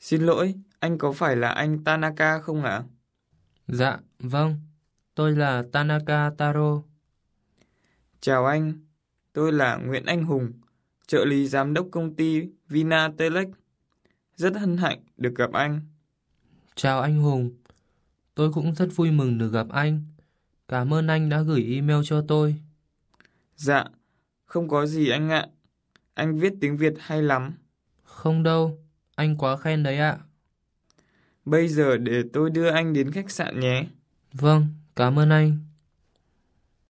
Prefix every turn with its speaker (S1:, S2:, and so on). S1: Xin lỗi, anh có phải là anh Tanaka không ạ?
S2: Dạ, vâng. Tôi là Tanaka Taro.
S1: Chào anh, tôi là Nguyễn Anh Hùng, trợ lý giám đốc công ty Vinatelec. Rất hân hạnh được gặp anh.
S2: Chào anh Hùng. Tôi cũng rất vui mừng được gặp anh. Cảm ơn anh đã gửi email cho tôi.
S1: Dạ, không có gì anh ạ. Anh viết tiếng Việt hay lắm.
S2: Không đâu, anh quá khen đấy ạ.
S1: Bây giờ để tôi đưa anh đến khách sạn nhé.
S2: Vâng, cảm ơn anh.